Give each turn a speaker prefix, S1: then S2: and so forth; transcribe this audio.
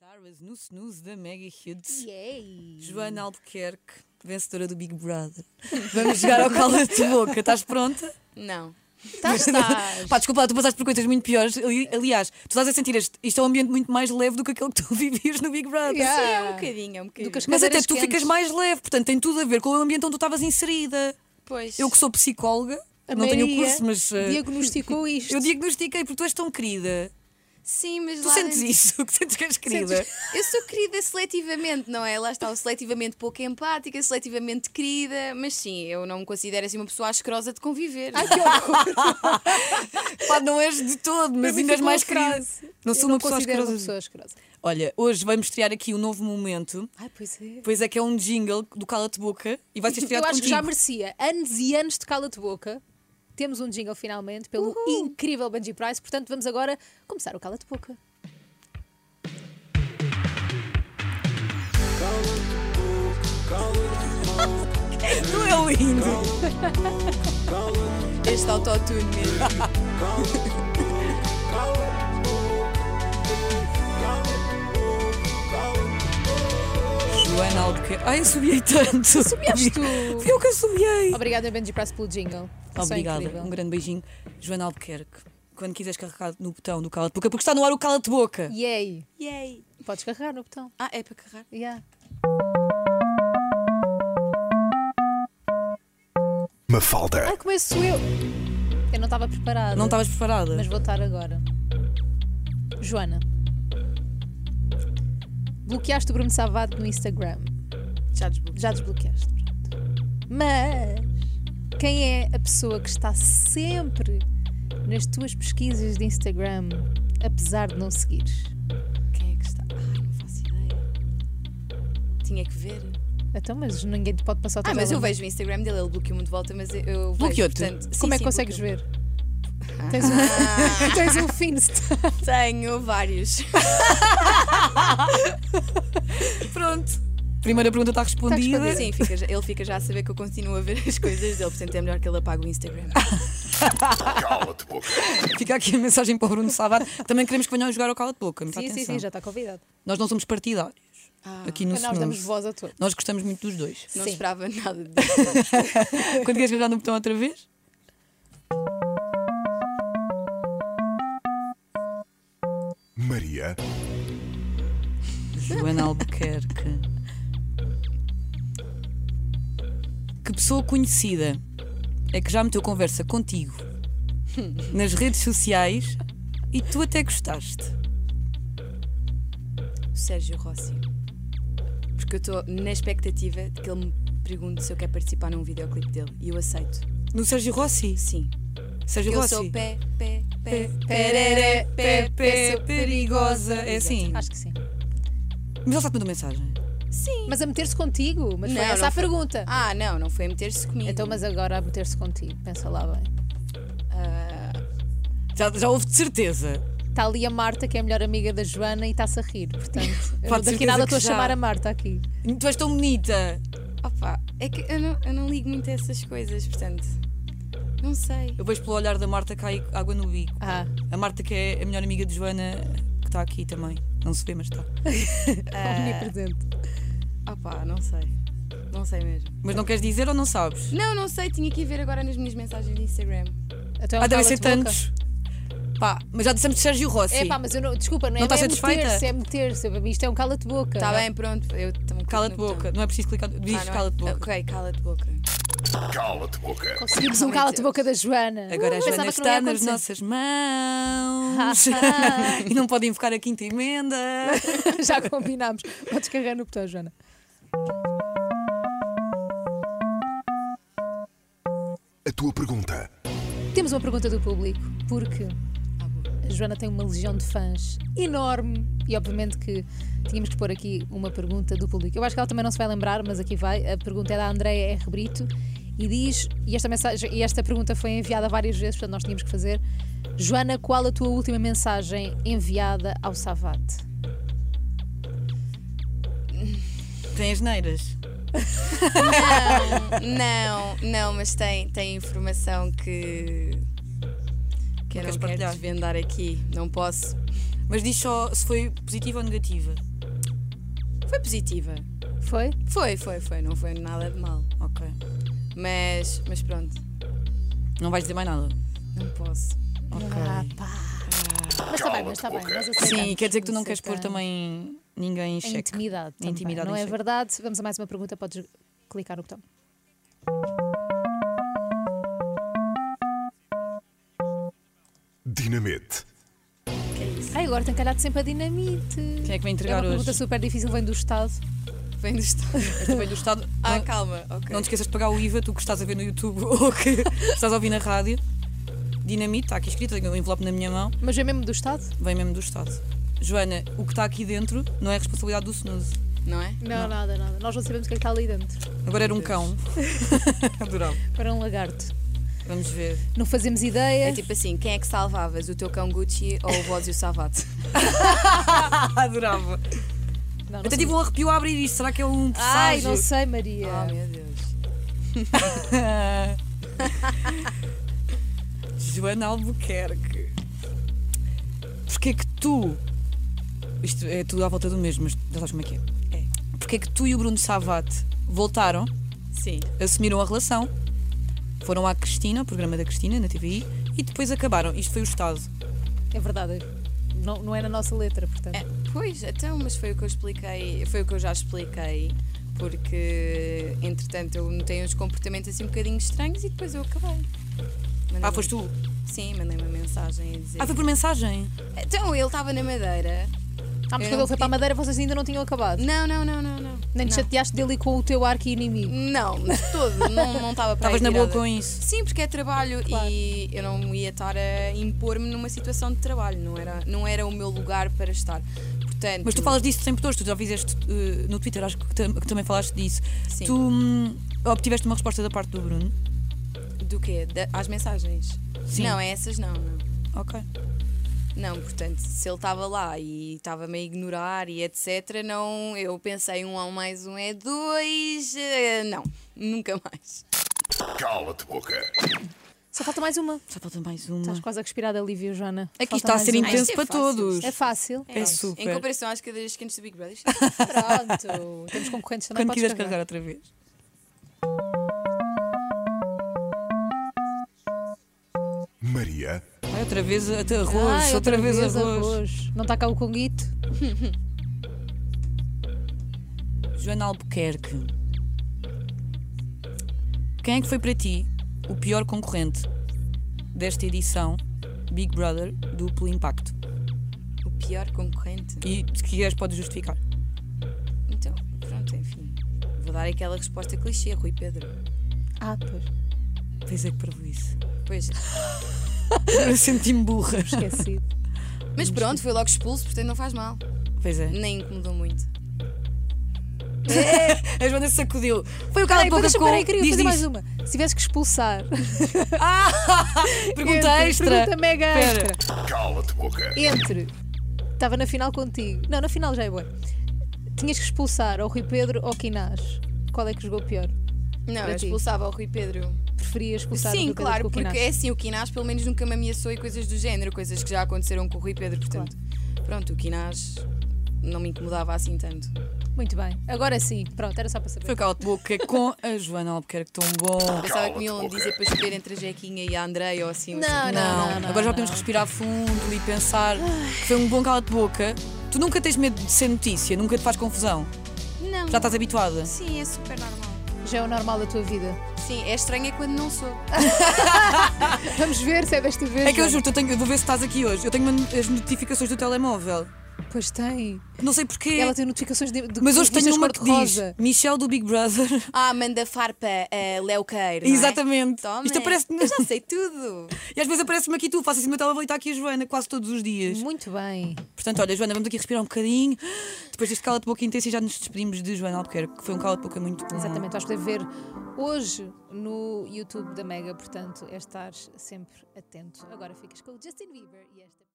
S1: Barbas no snooze da Maggie Hughes.
S2: Yay!
S1: Joana Albuquerque, vencedora do Big Brother. Vamos jogar ao colo de boca. Estás pronta?
S2: Não.
S3: Tá,
S2: Estás, estás.
S1: Pá, desculpa, lá, tu passaste por coisas muito piores. Ali- Aliás, tu estás a sentir este, isto é um ambiente muito mais leve do que aquele que tu vivias no Big Brother.
S2: Sim,
S3: Yeah.
S2: é um bocadinho, é um bocadinho.
S3: Do que as
S1: Mas até
S3: cadeiras
S1: tu
S3: quentes.
S1: ficas mais leve, portanto tem tudo a ver com o ambiente onde tu estavas inserida.
S2: Pois.
S1: Eu que sou psicóloga,
S3: A
S1: não tenho o
S3: Maria
S1: curso, mas eh,
S3: Diagnosticou isto.
S1: eu diagnostiquei porque tu és tão querida.
S2: Sim, mas
S1: Tu
S2: lá
S1: sentes
S2: dentro-
S1: isso, que sentes que és querida.
S2: Sentes- Eu sou querida seletivamente, não é? Lá está, o seletivamente pouco empática, seletivamente querida, mas sim, eu não me considero assim uma pessoa asquerosa de conviver.
S3: Ai, que horror.
S1: Pá, não és de todo, mas ainda és mais querida. Não sou
S3: Eu
S1: uma pessoa
S3: considero
S1: asquerosa.
S3: uma pessoa asquerosa.
S1: Olha, hoje vai estrear aqui um novo momento.
S3: Ai, pois é.
S1: Pois é que é um jingle do Cala-te Boca e vai ser
S3: Tipo, Eu
S1: estreado
S3: acho que já
S1: contigo.
S3: merecia anos e anos de cala-te boca. Temos um jingle finalmente pelo incrível Benji Price, portanto vamos agora começar o cala-te boca.
S1: Não é lindo?
S2: Este autotune mesmo.
S1: Joana Albuquerque. Ai, assobiei tanto.
S3: Assobiaste tu.
S1: Fui eu que assobiei.
S3: Obrigada, Benji Price, pelo jingle. Isso é
S1: Obrigada.
S3: incrível.
S1: um grande beijinho. Joana Albuquerque. Quando quiseres carregar no botão do Cala-te Boca, porque está no ar o Cala-te Boca.
S3: E é aí?
S2: Yay!
S3: Podes carregar no botão.
S2: Ah, é para carregar?
S3: Yeah.
S4: Mafalda,
S3: Ai, começo eu. Eu não estava preparada.
S1: Não estavas preparada?
S3: Mas vou estar agora. Joana. Bloqueaste o Bruno Savado no Instagram.
S2: Já desbloqueei.
S3: Já desbloqueaste. pronto. Mas quem é a pessoa que está sempre nas tuas pesquisas de Instagram, apesar de não seguires?
S2: Quem é que está? Ai, não faço ideia. Tinha que ver.
S1: Tá
S3: Então, mas ninguém te pode passar o
S2: Ah, mas
S3: telemóvel.
S2: eu vejo o Instagram dele, ele bloqueou-me de volta, mas eu- eu vejo.
S1: Bloqueou-te?
S2: portanto- Sim,
S3: Como
S2: sim,
S3: é
S2: Ah.
S3: que consegues
S2: bloqueou.
S3: ver? Tens um, tens um Finsta.
S2: Tenho vários.
S1: Pronto. Primeira pergunta está respondida.
S3: respondida.
S2: Sim, assim, fica já- ele fica já a saber que eu continuo a ver as coisas dele, portanto é melhor que ele apague o Instagram.
S4: cala-te boca.
S1: Fica aqui a mensagem para o Bruno Sabar. Também queremos que venham jogar ao Cala-te Boca. Muita
S3: Sim, sim,
S1: atenção.
S3: sim, já está convidado.
S1: Nós não somos partidários.
S2: Ah,
S1: Aqui no
S3: Nós damos
S1: Snooze.
S3: voz a todos.
S1: Nós gostamos muito dos dois.
S2: Não
S3: Sim.
S2: esperava nada disso.
S1: Quando queres carregar no botão outra vez?
S4: Maria,
S1: Joana Albuquerque. Que pessoa conhecida é que já meteu conversa contigo nas redes sociais e tu até gostaste?
S2: O Sérgio Rossi. Porque eu estou na expectativa de que ele me pergunte se eu quero participar num videoclipe dele e eu aceito.
S1: No Sérgio Rossi?
S2: Sim.
S1: Sérgio
S2: eu
S1: Rossi?
S2: sou pé, pé, pé,
S1: pereré,
S2: pereré,
S1: pé, pé, perigosa. É assim?
S3: Acho que sim.
S1: Mas ele só te mandou mensagem.
S2: Sim.
S3: Mas a meter-se contigo? Mas foi
S2: Não,
S3: essa
S2: não
S3: a
S2: foi.
S3: pergunta.
S2: Ah, não, não foi a meter-se comigo.
S3: Então, mas agora a meter-se contigo, pensa lá bem.
S1: Já, já houve de certeza.
S3: Está ali a Marta, que é a melhor amiga da Joana, e está-se a rir. Portanto, eu
S1: Pá,
S3: não-
S1: de
S3: daqui
S1: certeza
S3: nada
S1: que
S3: estou a
S1: já.
S3: chamar a Marta aqui.
S1: Tu és tão bonita.
S2: Opa, é que eu não, eu não ligo muito a essas coisas, portanto. Não sei.
S1: Eu vejo pelo olhar da Marta cai água no bico.
S3: Ah,
S1: A Marta, que é a melhor amiga de Joana, que está aqui também. Não se vê, mas está. É.
S3: omnipresente.
S2: Opa, não sei. Não sei mesmo.
S1: Mas não queres dizer ou não sabes?
S2: Não, não sei, tinha que ir ver agora nas minhas mensagens de Instagram.
S3: Então,
S1: Ah, devem
S3: cala-te
S1: ser
S3: boca.
S1: tantos. Pá, mas já dissemos Sérgio Rossi.
S3: É pá, mas eu não. Desculpa, não é,
S1: Não estás
S3: é
S1: satisfeita?
S3: meter-se, é meter-se. Para mim, isto é um cala-te-boca.
S2: Está Tá bem, pronto, eu
S1: Tá
S2: também. Ah,
S1: Cala-te boca, não é preciso clicar.
S3: Ah,
S1: Diz cala-te boca.
S2: Ok, cala-te boca.
S4: Cala-te boca.
S3: Conseguimos um
S2: Meu
S3: cala-te-boca da Joana.
S1: Agora a Joana
S3: Uh, pensava que não ia
S1: está nas
S3: acontecer.
S1: nossas mãos. e não podem invocar a quinta emenda.
S3: Já combinámos. Podes carregar no botão, Joana.
S4: A tua pergunta.
S3: Temos uma pergunta do público, porque
S2: Ah, boa.
S3: a Joana tem uma legião de fãs enorme e obviamente que tínhamos que pôr aqui uma pergunta do público. Eu acho que ela também não se vai lembrar, mas aqui vai. A pergunta é da Andréia R. Brito e diz, e esta, mensagem, e esta pergunta foi enviada várias vezes, portanto nós tínhamos que fazer. Joana, qual a tua última mensagem enviada ao Savate?
S1: Tem as neiras.
S2: Não, não, mas tem, tem informação que. que eu
S1: queres
S2: não quero
S1: partilhar?
S2: desvendar aqui. Não posso.
S1: Mas diz só se foi positiva ou negativa.
S2: Foi positiva.
S3: Foi?
S2: Foi, foi, foi. Não foi nada de mal.
S1: Ok.
S2: Mas, mas pronto,
S1: Não vais dizer mais nada.
S2: não posso.
S1: Ok.
S3: Ah, Mas está bem, mas está bem.
S4: boca.
S3: nós aceitamos.
S1: Sim, quer dizer que tu não queres pôr
S3: Aceitamos.
S1: também ninguém em
S3: A
S1: xeque.
S3: é intimidade.
S1: A intimidade
S3: também. Não
S1: em
S3: é
S1: xeque.
S3: verdade? Vamos a mais uma pergunta, podes clicar no botão.
S4: Dinamite.
S3: Ai, agora tem calhado sempre a dinamite.
S1: Quem é que vai
S3: É
S1: entregar
S3: uma pergunta
S1: hoje?
S3: super difícil, vem do Estado.
S2: Vem do Estado.
S1: Esta veio É do Estado.
S2: Ah,
S1: Não-
S2: calma, ok.
S1: Não te esqueças de pagar o IVA, tu que estás a ver no YouTube ou que estás a ouvir na rádio. Dinamite, está aqui escrito, tenho um envelope na minha mão,
S3: Mas é mesmo do Estado?
S1: vem mesmo do Estado. Joana, o que está aqui dentro não é responsabilidade do snooze.
S2: Não é?
S3: Não, nada, nada. Nós não sabemos o que é que está ali dentro.
S1: Agora era um cão. Adorava.
S3: Para um lagarto.
S1: Vamos ver.
S3: Não fazemos ideia.
S2: É tipo assim, quem é que salvavas? O teu cão Gucci ou o Bósio Savato?
S1: Adorava.
S3: Não, não
S1: Até
S3: sei.
S1: tive um arrepio a abrir isto. Será que é um
S3: Ai,
S1: presságio?
S3: não sei, Maria.
S1: Ah,
S2: Oh meu Deus.
S1: Joana Albuquerque. Porquê que tu. Isto é tudo à volta do mesmo, mas já sabes como é que é. é. Porquê que tu e o Bruno Savate voltaram,
S2: Sim.
S1: assumiram a relação, foram à Cristina, ao programa da Cristina, na TVI, e depois acabaram. Isto foi o Estado.
S3: É verdade. Não, não é na nossa letra, portanto.
S2: É, pois, então, mas foi o que eu expliquei, foi o que eu já expliquei, porque entretanto eu notei uns comportamentos assim um bocadinho estranhos e depois eu acabei. Mandei
S1: Ah, foste tu?
S2: Sim, mandei uma mensagem a dizer.
S1: Ah, foi por mensagem.
S2: Então, ele estava na Madeira.
S3: Ah,
S2: Eu
S3: mas quando
S2: não
S3: ele foi para a Madeira, vocês ainda não tinham acabado.
S2: Não, não, não, não, não.
S3: Nem te
S2: não.
S3: chateaste dele com o teu arco inimigo.
S2: Não, de todo, não não estava para aí
S1: Estavas na boa
S2: virada.
S1: com isso.
S2: Sim, porque é trabalho
S3: Claro.
S2: e eu não ia estar a impor-me numa situação de trabalho, não era, não era o meu lugar para estar. Portanto,
S1: Mas tu falas disso sempre hoje, tu já fizeste eh, no Twitter, acho que, tam- que também falaste disso.
S2: Sim.
S1: Tu hum, obtiveste uma resposta da parte do Bruno.
S2: do quê? Da- às mensagens?
S1: Sim.
S2: Não, é essas não, não.
S1: Ok.
S2: Não, portanto, se ele estava lá e estava-me a ignorar e etc, não, eu pensei um a um mais um é dois, eh, não, nunca mais.
S4: Cala-te boca.
S3: Só falta mais uma.
S1: Só falta mais uma.
S3: Estás quase a respirar de alívio, Joana.
S1: Aqui
S3: Falta
S1: está a
S3: mais
S1: ser
S3: uma. Ah,
S1: intenso
S2: isto é
S1: para
S2: fácil,
S1: todos.
S2: isto
S3: É fácil.
S1: É super.
S2: Em comparação às cadeiras quentes do Big Brother, isto é
S3: Pronto. Temos concorrentes também.
S1: Quando
S3: podes
S1: quiseres
S3: carregar.
S1: carregar outra vez.
S4: Maria.
S1: Ai, outra vez até arroz,
S3: Ai,
S1: outra, vez, arroz.
S3: arroz. Não está cá o conguito?
S1: Joana Albuquerque. Quem é que foi para ti o pior concorrente desta edição Big Brother duplo impacto?
S2: o pior concorrente.
S1: E se quiseres podes justificar.
S2: Então, pronto, enfim. Vou dar aquela resposta clichê, Rui Pedro.
S3: Ah, pois.
S1: Pois é que para isso.
S2: Pois.
S1: Eu senti-me burra.
S3: Esquecido.
S2: Mas pronto, foi logo expulso, portanto não faz mal.
S1: Pois é.
S2: Nem incomodou muito.
S1: A Joana sacudiu. Foi o cara
S3: Peraí,
S1: que pouca
S3: deixa,
S1: com...
S3: peraí, queria
S1: diz,
S3: fazer mais um.
S1: diz.
S3: uma. Se tivesse que expulsar.
S1: Pergunta
S3: Entre,
S1: extra.
S3: Pergunta mega
S1: Espera.
S3: extra.
S4: Cala-te boca.
S3: Entre. Estava na final contigo. Não, na final já é boa. Tinhas que expulsar ou Rui Pedro ou Quinás. Qual é que jogou pior?
S2: Não,
S3: Para
S2: eu
S3: ti.
S2: expulsava o Rui Pedro.
S3: Preferias expulsar o
S2: Sim,
S3: Rui Pedro
S2: claro,
S3: do que o
S2: porque
S3: Quinás?
S2: é assim, o Quinás pelo menos nunca me ameaçou e coisas do género, coisas que já aconteceram com o Rui Pedro, portanto. Pronto, o Quinás não me incomodava assim tanto.
S3: Muito bem. Agora sim. Pronto, era só para saber.
S1: é- Foi o cala de boca com a Joana Albuquerque. Tão bom.
S2: Pensava que me
S4: Cala-te,
S2: iam
S4: boca.
S2: dizer para escolher entre a Jequinha e a Andreia ou assim.
S3: Não,
S1: Não,
S3: não, não,
S1: agora já
S3: não.
S1: podemos respirar fundo e pensar que foi um bom cala de boca. Tu nunca tens medo de ser notícia, nunca te faz confusão.
S2: Não.
S1: Já estás habituada.
S2: Sim, é super normal.
S3: Já é o normal da tua vida.
S2: Sim, é estranho é quando não sou.
S3: Vamos ver se é desta vez.
S1: É que eu
S3: Joana.
S1: juro, eu, tenho, eu vou ver se estás aqui hoje. Eu tenho uma- as notificações do telemóvel.
S3: Pois tem.
S1: Não sei porquê.
S3: Ela tem notificações de, de
S1: É. Mas hoje
S3: revistas
S1: tenho uma que diz
S3: cor-de-rosa.
S1: Michel do Big Brother.
S2: Ah, manda farpa a Léo Queiro. não é?
S1: Exatamente.
S2: Toma.
S1: Isto aparece-me.
S2: Eu já sei tudo.
S1: E às vezes aparece-me aqui tu, faço assim no meu telemóvel e está aqui a Joana quase todos os dias.
S3: Muito bem.
S1: Portanto, olha, Joana, vamos aqui respirar um bocadinho. Depois deste cala de boca intenso e já nos despedimos de Joana Albuquerque, que foi um cala de boca muito bom.
S3: Exatamente, vais poder ver hoje no YouTube da Mega, portanto, é estar sempre atento. Agora ficas com o Justin Bieber e esta.